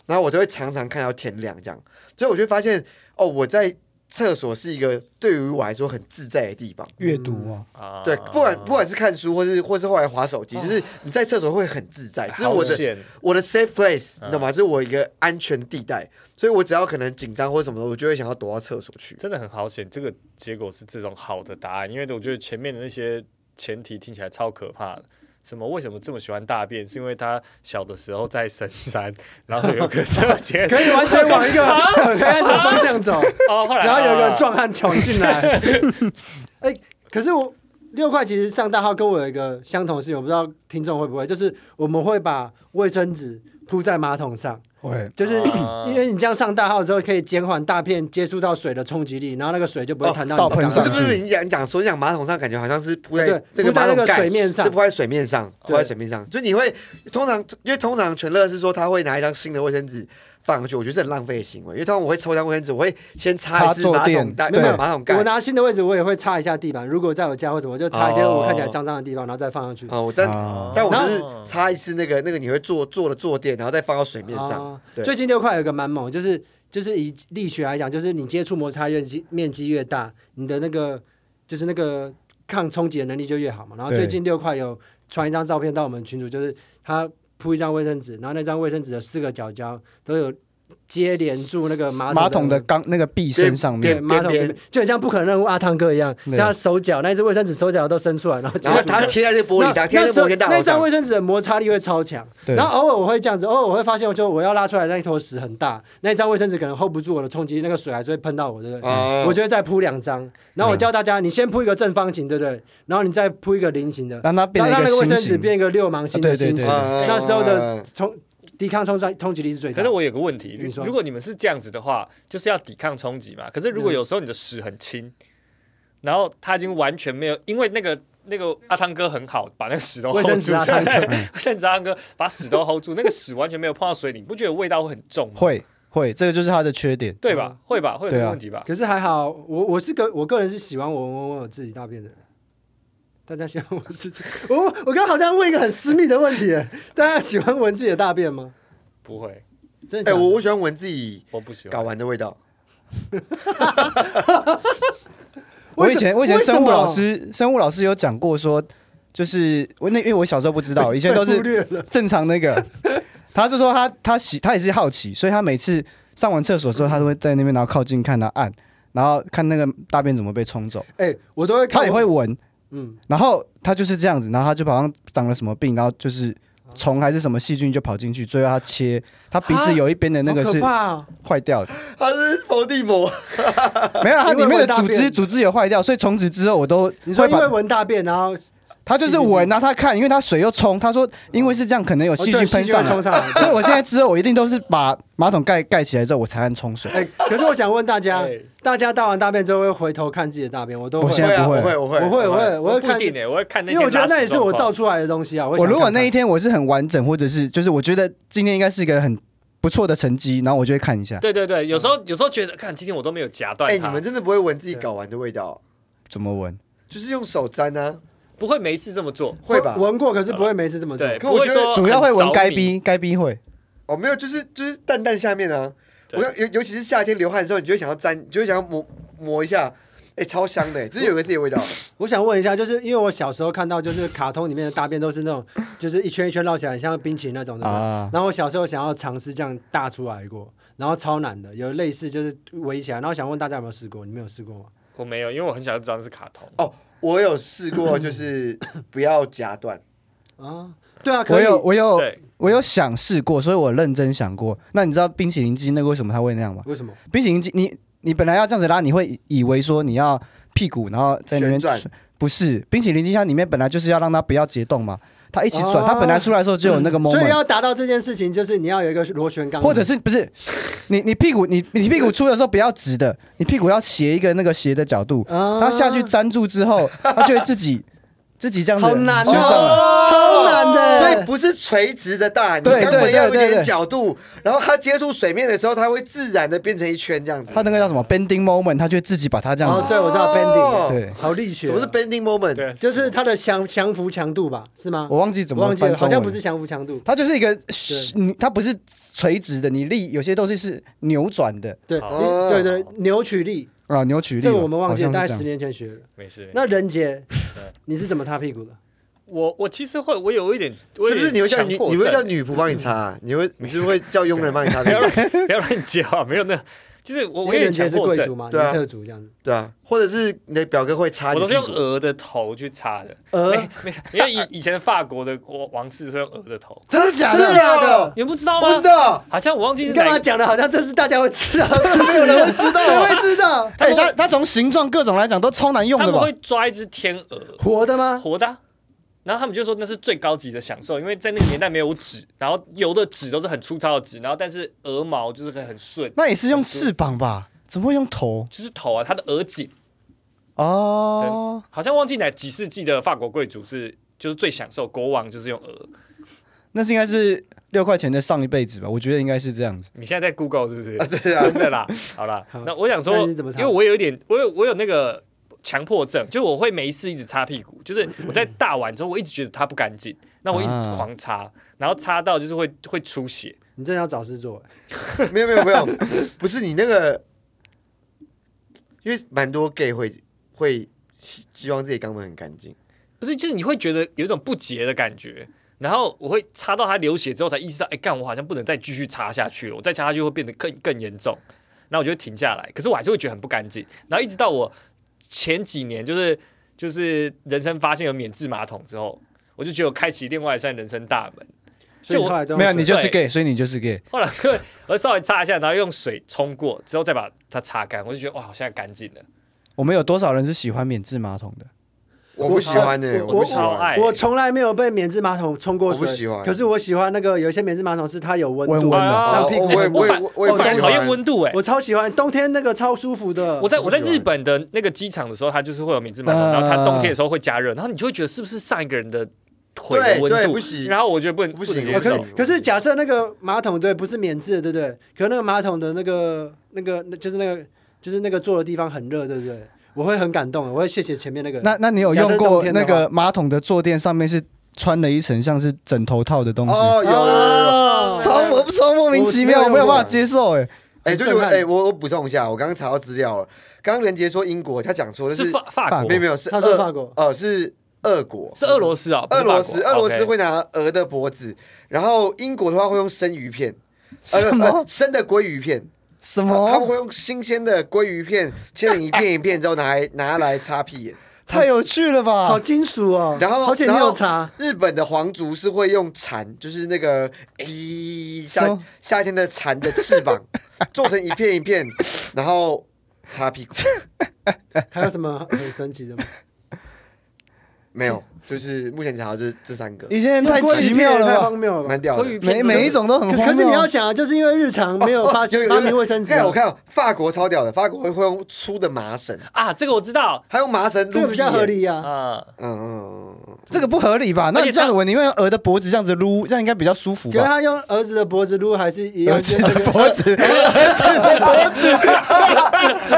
S3: 然后我都会常常看到天亮这样，所以我就发现哦，我在厕所是一个对于我来说很自在的地方。
S4: 阅读啊，
S2: 啊
S3: 对，不管不管是看书，或是或是后来划手机，就是你在厕所会很自在，就是我的
S2: 的
S3: 我的 safe place，
S2: 嗯
S3: 你懂吗？就是我一个安全地带，所以我只要可能紧张或什么的，我就会想要躲到厕所去。
S2: 真的很好险，这个结果是这种好的答案，因为我觉得前面的那些前提听起来超可怕的。什么？为什么这么喜欢大便？是因为他小的时候在深山，然后有个 [LAUGHS] 射箭，
S1: 可以完全往一个
S3: 啊
S1: 很黑暗的方向走，
S2: [LAUGHS] 哦，后来
S1: 然后有一个
S2: 啊
S3: [LAUGHS]
S1: 壮汉闯进来。哎，可是我六块其实上大号跟我有一个相同的事情，我不知道听众会不会，就是我们会把卫生纸铺在马桶上，
S3: 嗯
S4: 会
S1: 就是
S2: 啊
S1: 因为你这样上大号之后，可以减缓大片接触到水的冲击力，然后那个水就不会
S3: 哦
S1: 弹到
S4: 倒
S1: 你的肛
S4: 喷
S3: 不
S4: 上
S3: 是
S1: 门
S3: 不是，你讲讲说你讲马桶上，感觉好像是铺在
S1: 对，
S3: 那
S1: 铺
S3: 个
S1: 在
S3: 马
S1: 那
S3: 桶
S1: 个
S3: 盖
S1: 水，面上
S3: 是铺，在水面上，
S1: 对
S3: 铺在水面上。就你会通常，因为通常全乐是说他会拿一张新的卫生纸放上去，我觉得是很浪费的行为。因为通常我会抽一张卫生纸，我会先擦一次
S4: 擦坐
S3: 马桶
S4: 垫
S3: 盖，
S1: 没有
S3: 对马桶盖
S1: 我。拿新的位置，我也会擦一下地板。如果在我家或什么，我就擦一些
S3: 哦
S1: 我看起来脏脏的地方，然后再放上去。
S3: 啊，我但
S4: 啊
S3: 但我就是
S2: 哦
S3: 擦一次那个那个你会坐坐的坐垫，然后再放到水面上。
S1: 哦
S3: 对
S1: 最近六块有一个蛮猛，就是就是以力学来讲，就是你接触摩擦越积面积越大，你的那个就是那个抗冲击的能力就越好嘛。然后
S4: 对
S1: 最近六块有传一张照片到我们群组，就是他铺一张卫生纸，然后那张卫生纸的四个角角都有接连住那个马桶
S4: 马桶的缸那个壁身上
S1: 对
S4: 面，
S1: 马桶
S3: 边边
S1: 的就很像不可能任务阿汤哥一样，
S4: 对
S1: 像他手脚那一只卫生纸手脚都伸出来，然后接
S3: 然后
S1: 住
S3: 它贴在这玻璃上，贴
S1: 那
S3: 在
S1: 那时
S3: 这摩
S1: 候
S3: 天大
S1: 那
S3: 楼
S1: 张
S3: 上。
S1: 卫生纸的摩擦力会超强，
S4: 对
S1: 然后偶尔我会这样子，偶哦尔我会发现，就我要拉出来的那坨屎很大，那一张卫生纸可能 hold 不住我的冲击力，那个水还是会喷到我，对不对？
S3: 啊
S1: 我就会再铺两张，然后我教大家，你先铺一个正方形，对不对？然后你再铺一个菱形的，
S4: 让它变
S1: 让
S4: 成
S1: 让那
S4: 一
S1: 个卫
S4: 心
S1: 生纸
S4: 形。
S1: 变一个六芒星的
S4: 啊对
S1: 心
S4: 对
S1: 形
S4: 对，
S1: 那时候
S3: 嗯
S1: 的冲抵抗冲撞冲击力是最大
S2: 可是。我有个问题
S1: 哎你说，
S2: 如果你们是这样子的话，就是要抵抗冲击嘛。可是如果
S1: 嗯
S2: 有时候你的屎很轻，然后它已经完全没有，因为那个那个阿汤哥很好，把那个屎都
S1: 卫
S2: hold
S1: 生
S2: 住，
S1: 纸阿汤哥
S2: 对卫生纸阿汤哥把屎都 hold 住，那个屎完全没有碰到水里，你不觉得味道会很重吗？
S4: 会会，这个就是它的缺点。
S2: 对
S1: 嗯
S2: 吧？会吧？会有这
S4: 对
S2: 个
S4: 啊
S2: 问题吧？
S1: 可是还好，我我是个我个人是喜欢闻闻闻我自己大便的人。大家喜欢闻自己？ [LAUGHS] 我我刚刚好像问一个很私密的问题耶， [LAUGHS] 大家喜欢闻自己的大便吗？
S2: 不会，
S1: 真的
S3: 哎，
S1: 假的
S3: 我我喜欢闻自己
S2: 我不喜
S3: 睾
S2: 欢。
S3: 丸的味道。
S4: 我以
S1: 为什
S4: 前我以前
S1: 为什么
S4: 生物老师生物老师有讲过说，就是我那因为我小时候不知道，以前都
S1: 被 [LAUGHS]
S4: 是
S1: 忽略了，
S4: 正常那个，他就说他他喜他也是好奇，所以他每次上完厕所之后，他都会在那边然后靠近看他按，然后看那个大便怎么被冲走，
S1: 哎、我都会看
S4: 他
S1: 我，
S4: 也会闻，
S1: 嗯，
S4: 然后他就是这样子，然后他就好像长了什么病，然后就是虫还是什么细菌就跑进去，最后他切他鼻子有一边的那个
S1: 好可
S4: 是
S1: 怕哦、
S4: 坏掉的，
S3: 他是伏地魔，
S4: 没有它
S1: 因为
S4: 里面
S1: 闻
S4: 的
S1: 大
S4: 组织
S1: 便
S4: 组织有坏掉，所以从此之后我都
S1: 你说
S4: 会
S1: 因为
S4: 把
S1: 闻大便，然后
S4: 他就是闻啊，他看，因为他水又冲，他说因为是这样，可能有
S1: 哦
S4: 细
S1: 对
S4: 菌喷
S1: 会
S4: 上来
S1: 冲。上来。
S4: [LAUGHS] 所以我现在之后，我一定都是把马桶盖盖起来之后，我才按冲水。
S1: 哎、可是我想问大家，
S2: 哎
S1: 大家大完大便之后会回头看自己的大便，我都
S4: 我
S1: 会，
S4: 现在
S3: 啊，
S4: 不
S3: 我
S4: 会
S3: 会，我会，
S1: 我会，我会，我
S2: 我
S1: 会
S2: 不一
S1: 看，
S2: 定欸诶，我会看那
S1: 因为我觉得那也是我造
S2: 造。
S1: 出来的东西 [LAUGHS] 啊。我
S4: 我
S1: 想
S4: 如果
S1: 看看
S4: 那一天我是很完整，或者是就是我觉得今天应该是一个很不错的成绩，然后我就会看一下
S2: 对对
S1: 嗯
S2: 对，有时候有时候觉得，看今天我都没有夹断
S3: 哎，你
S2: 它
S3: 们，真的不会闻自己睾丸的味道，
S4: 怎么闻。
S3: 就是用手沾啊，
S2: 不会没事这么做。
S3: 会吧？
S1: 闻过，可是不会没事这么做。
S2: 呃对，
S3: 可
S2: 不
S3: 我
S2: 会
S3: 觉得
S1: 哦
S2: 说
S4: 主要会闻
S2: 很着
S4: 该
S2: 迷
S4: 逼，该逼会。
S3: 哦，没有，就是就是蛋蛋下面啊。
S2: 对
S3: 我要尤尤其是夏天流汗的时候，你就会想要沾，你就会想要磨磨一下，哎，超香的，就是有个自己的味道。
S1: 我想问一下，就是因为我小时候看到，就是卡通里面的大便都是那种，就是一圈一圈绕起来，很像冰淇淋那种的。
S4: 啊
S1: 然后我小时候想要尝试这样大出来过，然后超难的，有类似就是围起来。然后想问大家有没有试过？你们有试过吗？
S2: 我没有，因为我很想要知道那是卡通。
S3: 我有试过，就是不要夹断，
S1: 啊，对啊，可
S4: 我
S1: 以。
S4: 有，我有，
S2: 对，
S4: 我有想试过，所以我认真想过。那你知道冰淇淋机那个为什么它会那样吗？
S1: 为什么？
S4: 冰淇淋机，你你本来要这样子拉，你会以以为说你要屁股，然后在那
S3: 旋
S4: 边
S3: 转
S4: 不是，冰淇淋机它里面本来就是要让它不要结冻嘛，它一起转，
S1: 哦嗯
S4: 它本来出来的时候就有那个
S1: 所以
S4: moment，
S1: 要达到这件事情，就是你要有一个螺旋钢笔，
S4: 或者是不是你你屁股你你屁股出的时候不要直的，你屁股要斜一个那个斜的角度，
S1: 啊
S4: 它下去粘住之后，它就会自
S1: [LAUGHS]
S4: 己自己这样子
S1: 好难
S4: 浮上来。
S1: 哦，超难的。
S3: 所以不是垂直的大，你
S4: 对
S3: 肛门要有一
S4: 对对
S3: 点
S4: 对
S3: 角度，然后它接触水面的时候，它会自然的变成一圈这样子。
S4: 它那个叫什么 bending moment，它就会自己把它这样
S1: 哦，
S4: 子。
S1: 对，我知道 bending，
S4: 对，
S1: 好力学
S3: 什
S1: 啊。
S3: 么是 bending moment？
S2: 对，
S1: 就是它的降降幅强度吧？是吗？
S4: 我忘记怎么
S1: 啊忘记
S4: 翻
S1: 了，好
S4: 中
S1: 像不是
S4: 文。
S1: 降幅强度。
S4: 它就是一个，你它不是垂直的，你力有些都是是扭转的
S1: 对，
S2: 好
S1: 你对对，扭曲力，
S4: 啊，扭曲力
S1: 这
S4: 吧。
S1: 个我们忘记了，
S4: 好像
S1: 大概
S4: 是这样
S1: 十年前学的。
S2: 没事。
S1: 那任杰，你是怎么擦屁股的？
S2: 我我其实会，我有一点，我
S3: 是
S2: 有一
S3: 不是
S2: 点
S3: 你会叫
S2: 强
S3: 女
S2: 迫
S3: 你会
S2: 症
S3: 叫女仆帮你擦啊？你会你是不是会叫佣人帮你擦
S2: 不
S3: 屁
S2: 要
S3: 股？
S2: 乱不要乱叫啊！没有那就是我
S1: 因
S2: 我
S1: 为
S2: 有点
S1: 人杰
S2: 强
S1: 是
S2: 迫
S1: 贵
S2: 症
S1: 族，嘛，你
S3: 对啊
S1: 是特族这样子，
S3: 对啊，或者是你的表哥会擦
S2: 我
S3: 啊你
S2: 都是
S3: 屁
S2: 用
S3: 股，
S2: 鹅的头去擦的，
S1: 鹅
S2: 没没，因为以以前法国的国王室是用鹅的头，
S4: 真的假
S3: 真
S4: 的
S3: 的？假的？
S2: 你们不知道
S1: 不
S2: 吗
S1: 知？道。
S2: 好像我忘记
S1: 你
S2: 是
S1: 干
S2: 哪
S1: 嘛
S2: 一个，
S1: 讲的好像这是大家会知道，知识人会知道，谁会知道？
S4: 哎，它它从形状各种来讲都超难用
S2: 他
S4: 的
S2: 们
S4: 吧
S2: 会？抓一只天鹅，
S1: 活的吗？
S2: 活的啊、然后他们就说那是最高级的享受，因为在那个年代没有纸，然后油的纸都是很粗糙的纸，然后但是鹅毛就是可以很顺，
S4: 那也是用翅膀吧？怎么会用头？
S2: 就是头啊，它的鹅颈，
S4: 哦，
S2: 好像忘记哪几世纪的法国贵族是就是最享受，国王就是用鹅。
S4: 那是应该是六块钱的上一辈子吧？我觉得应该是这样子。
S2: 你现在在 Google 是不是？
S3: 对啊，
S2: 真的啦，好啦
S1: 好，
S2: 那我想说，
S1: 那你怎么
S2: 因
S1: 擦
S2: 为我有一点，我有我有那个强迫症，就我会没事一直擦屁股，就是我在大完之后，我一直觉得它不干净，那我一直
S4: 啊
S2: 狂擦，然后擦到就是会会出血，
S1: 你真的要找事做？欸
S3: 没有没有没有， [LAUGHS] 不是你那个，因为蛮多 gay 会会希希望自己肛门很干净，
S2: 不是，就是你会觉得有一种不洁的感觉。然后我会擦到它流血之后，才意识到，哎，干，我好像不能再继续擦下去了，我再擦下去会变得更更严重。然后我就会停下来，可是我还是会觉得很不干净。然后一直到我前几年，就是 [LAUGHS] 就是人生发现有免治马桶之后，我就觉得我开启另外一扇人生大门。
S1: 所以
S2: 就
S1: 你后来都用
S4: 没有，
S1: 水
S4: 你就是
S2: 对
S4: gay，所以你就是 gay。
S2: 后来我我稍微擦一下，然后用水冲过之后再把它擦干，我就觉得哇，我现在干净了。
S4: 我们有多少人是喜欢免治马桶的？
S3: 我不喜欢呢、
S1: 我
S3: 我不喜
S2: 超
S3: 欢。
S2: 爱，
S1: 我从来没有被免治马桶冲过
S3: 我不
S1: 水，
S3: 喜欢
S1: 可是我喜欢那个有一些免治马桶是它有温
S4: 温
S1: 度
S4: 温
S1: 的，
S4: 的
S2: 啊
S1: 让屁股
S3: 我也
S1: 很
S3: 我
S1: 温
S3: 也
S2: 反
S3: 我也
S2: 我反而
S3: 不喜
S2: 讨
S3: 欢
S2: 厌温度哎、
S1: 我超喜欢冬天那个超舒服的。
S2: 我在我在
S3: 呃不喜欢
S2: 日
S3: 嗯
S2: 本的那个机场的时候，它就是会有免治马桶，
S4: 呃
S2: 然后它冬天的时候会加热，然后你就会觉得是不是上一个人的腿的
S3: 对对，
S2: 温
S3: 不
S2: 度？
S3: 行。
S2: 然后我觉得不能
S3: 不行
S2: 能
S1: 哦
S2: 接
S1: 可
S2: 受
S1: 是，可是假设那个马桶对不是免治的，对不对？可是那个马桶的那个那个那就是那个就是那个坐的地方很热，对不对？我会很感动，我会谢谢前面那个人。
S4: 那那你有
S1: 假设
S4: 用
S1: 冬
S4: 过
S1: 天的
S4: 那
S1: 话
S4: 个马桶的坐垫上面是穿了一层像是枕头套的东西？
S3: 哦，有有有有，
S1: 哦
S4: 超我超莫名其妙，
S1: 我我
S4: 我没
S1: 没
S4: 有
S1: 有
S4: 办法接受哎。
S3: 哎，
S1: 很
S3: 对
S1: 震
S3: 对，
S1: 撼
S3: 哎，我我补充一下，我刚刚查到资料了。刚刚任杰说英国，他讲说就是
S2: 是法法国
S3: 没有没有是
S1: 他说
S3: 俄
S1: 法国
S3: 呃是俄国，
S2: 是俄罗斯啊，不是
S3: 俄
S2: 法国
S3: 罗斯俄罗斯
S2: OK
S3: 会拿鹅的脖子，然后英国的话会用生鱼片，呃
S4: 什么
S3: 呃生的鲑鱼片，
S4: 什
S3: 他们
S4: 么？
S3: 会用新鲜的鲑鱼片切成一片一片之后拿来拿来擦屁眼。
S4: 太有趣了
S1: 好
S4: 吧！
S1: 金属哦，
S3: 然后
S1: 而且你
S3: 然后
S1: 有茶，
S3: 日本的皇族是会用蝉，就是那个诶夏
S4: 什么
S3: 夏天的蝉的翅
S4: [LAUGHS]
S3: 膀做成一片一片，然后擦屁股。
S1: 还有什么很神奇的吗？
S3: 没有，就是目前查到就是这三个，
S4: 以前人太奇妙
S1: 太
S4: 了吧？
S1: 荒谬了吧
S3: 蛮？屌的
S2: 鲑。鱼片
S4: 每
S2: 真的
S4: 每一种都很
S1: 可
S4: 荒
S1: 可是你要
S4: 谬。
S1: 想啊，就是因为日常没有发
S3: 哦有有有
S1: 发明卫生纸
S3: 看
S1: 啊，
S3: 我看法国超屌的，法国会用粗的麻绳，
S2: 啊，这个我知道
S3: 还用麻绳
S1: 这
S3: 撸
S1: 个比较
S3: 屁眼
S1: 合。理呀。
S2: 啊，
S3: 嗯嗯嗯嗯，
S4: 这个不合理吧？那你这样子，我宁愿用鹅的脖子这样子撸，这样应该比较舒服
S1: 可是
S4: 吧？
S1: 他用儿子的脖子撸还是一
S4: 鹅
S1: 样，就是这
S4: 的
S1: 个
S4: [LAUGHS] 脖子，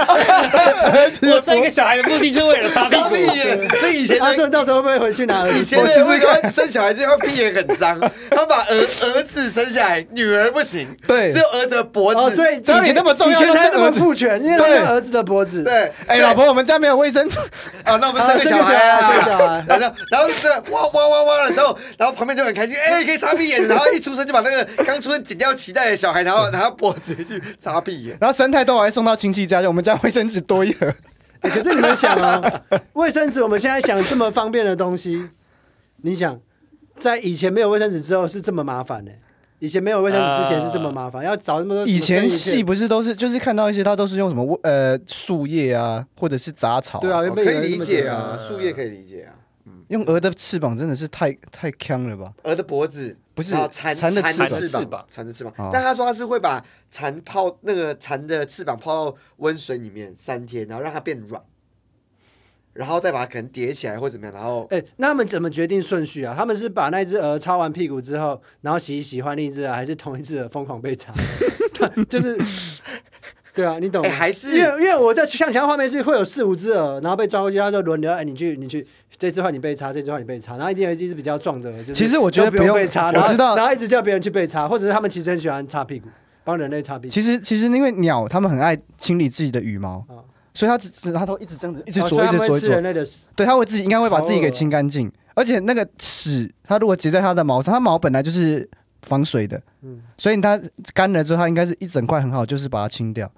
S2: 我生一个小孩的目的就是为了擦屁
S3: [LAUGHS] 擦屁
S2: 股，
S3: 眼，这以前
S1: 阿
S3: 的
S1: 顺到时候会不会回去
S3: [LAUGHS]
S1: 拿儿
S3: 以
S1: 子
S3: 前
S1: 脖
S3: 的
S1: 子？
S3: 人为什么生小孩就要屁眼很脏？ [LAUGHS] 他们把儿儿子生下来，女儿不行，
S4: 对
S3: 只有儿子的脖
S1: 哦，
S3: 子。
S1: 所以
S4: 只要你那么重要
S1: 以前才
S4: 就是
S1: 这
S4: 儿
S1: 么
S4: 子
S1: 父权，因为他
S4: 对
S1: 是儿子的脖子。
S3: 对，
S4: 哎，
S3: 对
S4: 老婆，我们家没有卫生纸， [LAUGHS]
S3: 啊，那我们
S1: 啊，
S3: 生个小孩
S1: 生个小
S3: 啊。
S1: 孩，
S3: 然后，然后是哇哇哇哇的时候，然后旁边就很开心，
S1: 嗯
S3: 哎、可以擦屁眼。然后一出生就把那个刚出生剪掉脐带的小孩，然后然后脖子去擦屁眼。
S4: 然后生态豆还送到亲戚家，就我们家卫生纸多一盒。
S1: 欸可是你们想啊，卫生纸我们现在想这么方便的东西，你想在以前没有卫生纸之后是这么麻烦呢、以前没有卫生纸之前是这么麻烦，要找那么多什么
S4: [LAUGHS] 以前
S1: 生鱼
S4: 戏
S1: 片
S4: 不是都是就是看到一些，它都是用什么呃树叶啊，或者是杂草、
S1: 对啊，，原
S3: 哦
S1: 本
S3: 可
S1: 有
S3: 以
S1: 人这
S3: 理
S1: 么
S3: 解
S1: 做
S3: 啊，树叶可以理解啊。
S4: 用鹅的翅膀真的是太太坑了吧？
S3: 鹅的脖子
S4: 不是
S3: 然后蝉
S4: 蝉的
S3: 蝉
S2: 翅膀
S3: 翅
S2: 翅膀
S3: 膀，蝉的翅膀
S4: 哦。
S3: 但他说他是会把蝉泡那个蝉的翅膀泡到温水里面三天，然后让它变软，然后再把它可能叠起来或怎么样，然后
S1: 哎、那他们怎么决定顺序啊？他们是把那只鹅擦完屁股之后，然后洗一洗换另一只鹅，还是同一只鹅疯狂被擦？ [LAUGHS] 就是，对啊，你懂吗？
S3: 哎还是
S1: 因为因为我在想象画面是会有四五只鹅，然后被抓过去，他就轮流，哎、你去你去，这只换你被擦，这只换你被擦，然后一定有一只是比较壮的鹅，就是
S4: 其实我觉得
S1: 都不
S4: 不用
S1: 被擦，
S4: 我
S1: 然后
S4: 知道
S1: 然后一直叫别人去被擦，或者是他们其实很喜欢擦屁股，帮人类擦屁股。
S4: 其实其实因为鸟它们很爱清理自己的羽毛
S1: 哦，
S4: 所以它只只它都一直这样子，一直
S1: 哦所
S4: 啄，
S1: 以他
S4: 一直
S1: 们哦
S4: 啄，一
S1: 会
S4: 直
S1: 吃人
S4: 啄。
S1: 类的屎，
S4: 对，它会自己应该会把自己给
S1: 好恶
S4: 清干净。而且那个屎，它如果结在它的毛上，它毛本来就是防水的，
S1: 嗯
S4: 所以它干了之后，它应该是一整块很好，就是把它清掉。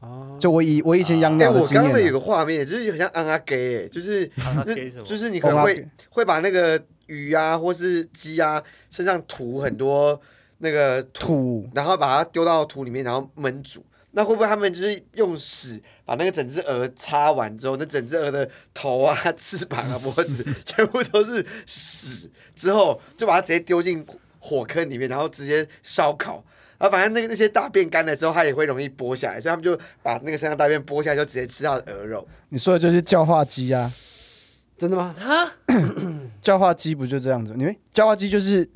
S1: 哦，
S4: 就我以我以前养
S3: 哎、
S4: 鸟的
S3: 我
S4: 经
S3: 刚刚的有
S4: 验啊，
S3: 个画面，就是很像安阿给，哎，就是
S2: 看他
S3: 就
S2: 给什么？
S3: 就是你可能会会把那个鱼啊，或是鸡啊身上涂很多那个土，
S4: 土
S3: 然后把它丢到土里面，然后焖煮。那会不会他们就是用屎把那个整只鹅擦完之后，那整只鹅的头啊、翅膀啊、脖子 [LAUGHS] 全部都是屎，之后就把它直接丢进火坑里面，然后直接烧烤。然后反正那个那些大便干了之后，它也会容易剥下来，所以他们就把那个身上大便剥下来，就直接吃到鹅肉。
S4: 你说的就是叫化鸡啊，
S1: 真的吗？
S4: 叫化鸡不就这样子？你们叫化鸡就是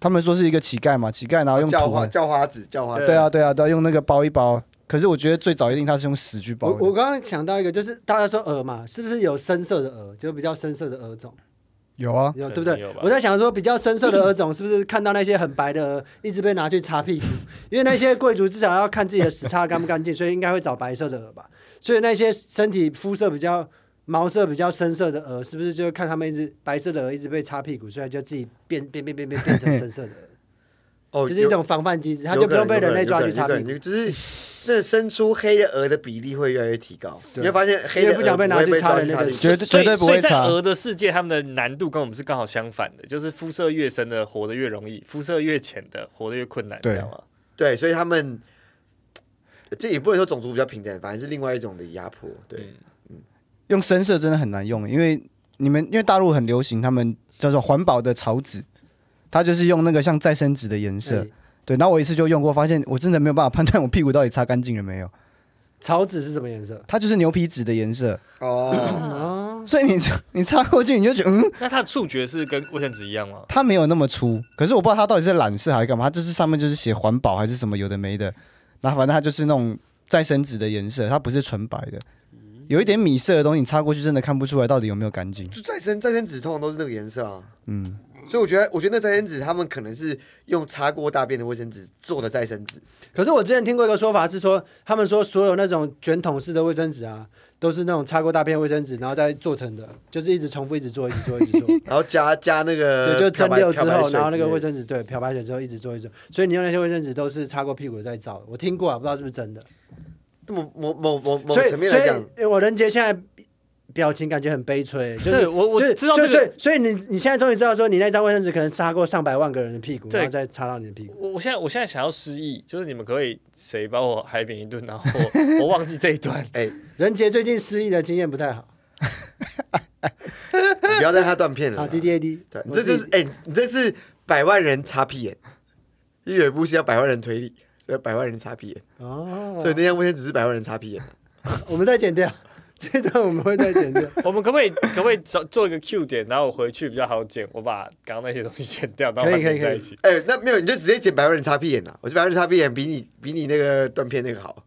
S4: 他们说是一个乞丐嘛，乞丐然后用
S3: 叫
S4: 土
S3: 花
S4: 啊，
S3: 叫花子叫花子，
S4: 对啊对啊对啊，用那个包一包。可是我觉得最早一定他是用屎去包
S1: 我我
S4: 的，
S1: 刚刚想到一个，就是大家说鹅嘛，是不是有深色的鹅，就比较深色的鹅种，
S4: 有啊，
S1: 有对
S2: 可
S1: 不
S2: 能
S1: 对
S2: 有吧？
S1: 我在想说，比较深色的鹅种， [COUGHS] 是不是看到那些很白的鹅，一直被拿去擦屁股？ [LAUGHS] 因为那些贵族至少要看自己的屎擦得干不干净，所以应该会找白色的鹅吧。所以那些身体肤色比较毛色比较深色的鹅，是不是就看他们一直白色的鹅一直被擦屁股，所以就自己变变变变变变成深色的鹅，
S3: [LAUGHS] 哦，
S1: 就是一
S3: 有
S1: 种防范机制，它
S3: 有
S1: 就不
S3: 可
S1: 用
S3: 能
S1: 被
S3: 有
S1: 人
S3: 可能
S1: 类
S3: 有
S1: 抓去
S3: 可能
S1: 擦
S3: 有
S1: 屁
S3: 可
S1: 股。
S3: 能就是这生出黑的鹅的比例会越来越提高，
S1: 对
S3: 你会发现黑
S1: 因为
S3: 的
S1: 不想
S3: 鹅
S1: 被拿
S3: 会
S1: 去
S3: 被
S1: 插
S3: 抓
S1: 人类
S3: 插
S1: 的
S3: 进去
S1: 屎
S4: 绝对绝对不
S2: 所以
S4: 会
S2: 在
S4: 查。
S2: 鹅的世界，他们的难度跟我们是刚好相反的，就是肤色越深的活得越容易，肤色越浅的活得越困难，
S4: 对
S2: 知道吗？
S3: 对，所以他们这也不能说种族比较平等，反正是另外一种的压迫。对，
S2: 嗯，
S4: 用深色真的很难用，因为你们因为大陆很流行他们叫做环保的草纸，它就是用那个像再生纸的颜色。
S1: 哎
S4: 对，然后我一次就用过，发现我真的没有办法判断我屁股到底擦干净了没有。
S1: 草纸是什么颜色？
S4: 它就是牛皮纸的颜色，
S3: 哦，
S1: 哦，
S4: 所以你擦你擦过去你就觉得嗯，
S2: 那它的触觉是跟卫生纸一样吗？
S4: 它没有那么粗。可是我不知道它到底是染色还是干嘛，它就是上面就是写环保还是什么有的没的。然后反正它就是那种再生纸的颜色，它不是纯白的，有一点米色的东西，你擦过去真的看不出来到底有没有干净。
S3: 就再生 [COUGHS] 再生纸通常都是那个颜色啊，
S4: 嗯，
S3: 所以我觉得我觉得那再生纸他们可能是用擦过大便的卫生纸做的
S1: [LAUGHS]
S3: 再生纸，
S1: 可是我之前听过一个说法是说，他们说所有那种卷筒式的卫生纸啊，都是那种擦过大片卫生纸，然后再做成的，就是一直重复，一直做，一直做，一直做。
S3: 然后加加那个
S1: 对，就
S3: 呃
S1: 蒸
S3: 漂白
S1: 馏之
S3: 漂白
S1: 后，
S3: 水
S1: 然后那个
S3: 之类
S1: 卫
S3: 的
S1: 生纸对漂白水之后一直做一直做，所以你用那些卫生纸都是擦过屁股再造的。我听过啊，不知道是不是真的。
S3: 这某某某某某
S1: 所以
S3: 层面来讲，
S1: 所以我仁杰现在表情感觉很悲催，就
S2: 对
S1: 是。
S2: 我我
S1: 就是
S2: 知道
S1: 就
S2: 这
S1: 是所
S2: 个，
S1: 以所以你你现在终于知道说你那张卫生纸可能擦过上百万个人的屁股，
S2: 对
S1: 然后再擦到你的屁股。
S2: 我我现在我现在想要失忆，就是你们可不可以谁把我海扁一顿，然后我我忘记这一段。 [LAUGHS]
S3: 哎，
S1: 仁杰最近失忆的经验不太好
S3: 你不要让它断片了
S1: 啊
S3: 啦。
S1: ，D D A D，
S3: 对，这就是哎、你这是百万人擦屁眼，因为有一部戏啊叫《百万人推理》，叫《百万人擦屁眼》，
S1: 哦，
S3: 所以那张卫生纸是百万人擦屁眼。啊
S1: 我们再剪掉，这段我们会再剪掉。
S2: 我们可不可以可不可以找做一个 Q 点，然后我回去比较好剪，我把刚刚那些东西剪掉，然后
S1: 可以
S2: 把它
S1: 可以
S2: 剪
S1: 可
S2: 在
S1: 以
S2: 一起。
S3: 哎、那没有，你就直接剪百万人擦屁眼啦。啊我觉得百万人擦屁眼比你比你那个断片那个好。啊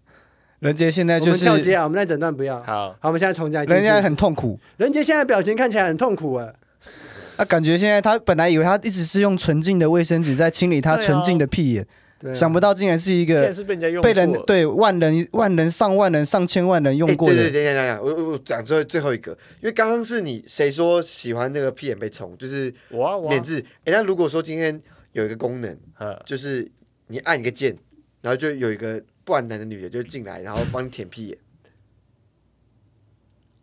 S4: 人杰现在就
S1: 我们跳
S4: 是
S1: 接啊，我们那整段不要。好，
S2: 好，
S1: 我们现在重讲。
S4: 人家很痛苦。
S1: 任杰现在表情看起来很痛苦哎、
S4: 他啊感觉现在他本来以为他一直是用纯净的卫生纸在清理他纯净的屁眼，
S1: 对啊
S4: 想不到竟然是一
S2: 现在
S4: 个
S2: 是被人家用
S4: 被人
S2: 过
S4: 对万人万人上万人上千万人用过
S3: 哎对
S4: 的。
S3: 对对对对，我我我讲最后最后一个，因为刚刚是你谁说喜欢那个屁眼被冲，就是
S2: 我啊我
S3: 免
S2: 啊，
S3: 治。哎、那如果说今天有一个功能，
S2: 嗯
S3: 就是你按一个键，然后就有一个不安男的女的就进来，然后帮你舔屁眼， [LAUGHS]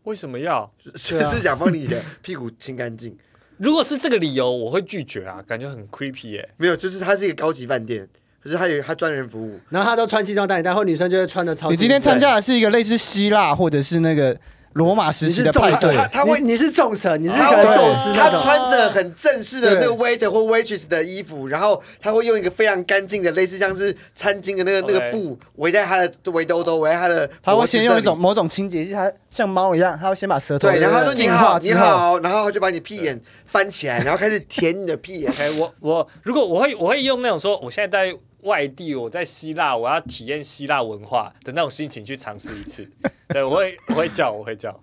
S2: 为什么要？
S3: 就
S1: 啊
S3: 是想帮你的屁股清干净。
S2: 如果是这个理由，我会拒绝啊，感觉很 creepy 耶、
S3: 没有，就是它是一个高级饭店，可是它有它专人服务。
S1: 然后他都穿西装打领带，然后女生就会穿的超级。
S4: 你今天参加的是一个类似希腊或者是那个罗马时
S1: 你
S4: 期
S1: 是
S4: 的
S1: 众
S4: 派
S1: 神，
S4: 对，
S3: 他他会
S1: 你你是众神，你是
S3: 他
S1: 可能宙斯
S3: 会
S1: 那
S3: 他
S1: 种。
S3: 穿着很正式的那
S1: 对
S3: 个 waiter 或 waitress 的衣服，然后他会用一个非常干净的，类似像是餐巾的那个
S2: OK。
S3: 那个布围在他的围兜兜，围在他的
S4: 他会
S3: 脖子
S4: 先
S3: 这
S4: 用
S3: 里
S4: 一种某种清洁剂，他像猫一样，他会先把舌头
S3: 对，然后他说你
S4: 净
S3: 好
S4: 化
S3: 你
S4: 之后，
S3: 好，然后他就把你屁眼翻起来，然后开始舔你的屁眼
S2: OK，我
S3: [LAUGHS]
S2: 哎我如果我会我会用那种说我现在在外地，我在希腊，我要体 [LAUGHS] 验希腊文化的那种心情去尝试一次。对，我会我会叫我会叫，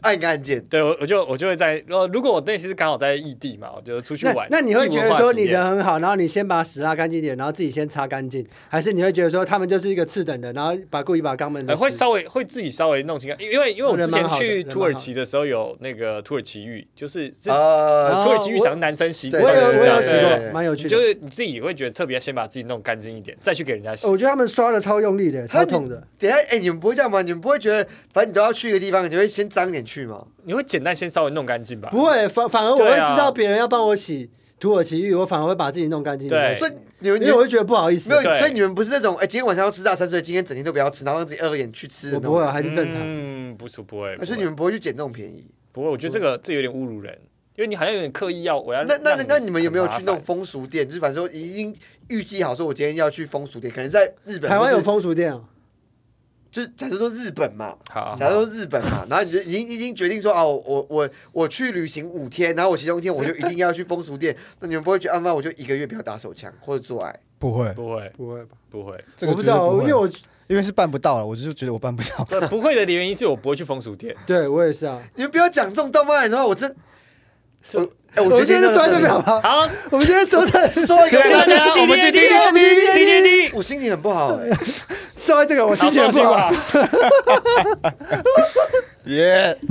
S3: 按个按键。
S2: 对我我就我就会在，哦如果如果我那次是刚好在异地嘛，我就出去
S1: 那
S2: 玩。
S1: 那你会
S2: 异
S1: 觉
S2: 文
S1: 得
S2: 化
S1: 说
S2: 体
S1: 你
S2: 验
S1: 人很好，然后你先把屎拉干净一点，然后自己先擦干净，还是你会觉得说他们就是一个次等的，然后把故意把肛门的
S2: 呃，
S1: 屎、
S2: 会稍微会自己稍微弄清楚，因为因为我之
S1: 人蛮
S2: 前
S1: 好的
S2: 去
S1: 人
S2: 土
S1: 蛮
S2: 耳
S1: 好
S2: 其的时候有那个土耳其浴，就是是
S3: 呃，
S2: 土耳其浴
S1: 哦我
S2: 想男生洗澡
S3: 对
S1: 我
S2: 是
S1: 有我
S2: 这样
S1: 有
S2: 的
S1: 洗
S3: 对对
S1: 过，
S3: 对
S1: 蛮有趣的。
S2: 你就是你自己会觉得特别先把自己弄干净一点，再去给人家洗
S1: 哦。我觉得他们刷的超用力的，超
S3: 他
S1: 痛的。
S3: 等一下，哎、你们不会这样吗？你们不会觉得，反正你都要去一个地方，你会先脏点去吗？
S2: 你会简单先稍微弄干净吧？
S1: 不会，反反而我会
S2: 对啊
S1: 知道别人要帮我洗土耳其浴，我反而会把自己弄干净。
S2: 对
S3: 所以你们
S1: 因
S3: 你
S1: 为
S3: 们
S1: 我会觉得不好意思
S3: 没有，。
S2: 对
S3: 所以你们不是那种，哎、今天晚上要吃大餐，所以今天整天都不要吃，然后让自己饿了眼去吃的
S1: 我
S3: 那
S1: 不
S3: 种。
S1: 会，啊还是正常。
S2: 嗯，不是不会，
S3: 啊所
S2: 不
S3: 以你
S2: 会
S3: 们不会去捡这种便宜。
S2: 不会，我觉得这个这有点侮辱人，因为你好像有点刻意要我要
S3: 那那
S2: 让
S3: 那你们有没有
S2: 很麻
S3: 去弄
S2: 烦？
S3: 风俗店？就是反正说已经预计好，说我今天要去风俗店，可能在日本，
S1: 台湾有
S3: 或
S1: 风俗店哦，
S3: 是，就是假设说日本嘛，
S2: 啊好，
S3: 假设说日本嘛，然后你就已经已经决定说哦，我我我去旅行五天，然后我其中一天我就一定要去风俗店， [LAUGHS] 那你们不会觉得啊？那我就一个月不要打手枪或者做爱？
S4: 不会，
S2: 不会
S1: 不会吧？
S2: 不会，
S4: 这个
S1: 我不知道，
S4: 绝对不
S1: 因为
S4: 会
S1: 我
S4: 因为是办不到了，我就觉得我办不到。
S2: 不不会的原因是我不会去风俗 [LAUGHS] 店。
S1: 对我也是啊。
S3: 你们不要讲这种动漫人的话，我真，
S2: 这
S3: 我哎、我
S1: 我
S3: 觉
S1: 们今天
S3: 得
S1: 就说到这边好不好？
S2: 好，
S1: 我们今天说的
S3: 说一个
S2: 谢谢大
S3: 人，
S2: 家，我们是 D
S1: 我
S2: D
S1: 们
S2: D
S1: 今
S2: D
S1: 天
S2: D D，
S3: 我心情很不好、哎。
S2: [LAUGHS]
S1: 说到这个，我心情不好。
S2: 耶。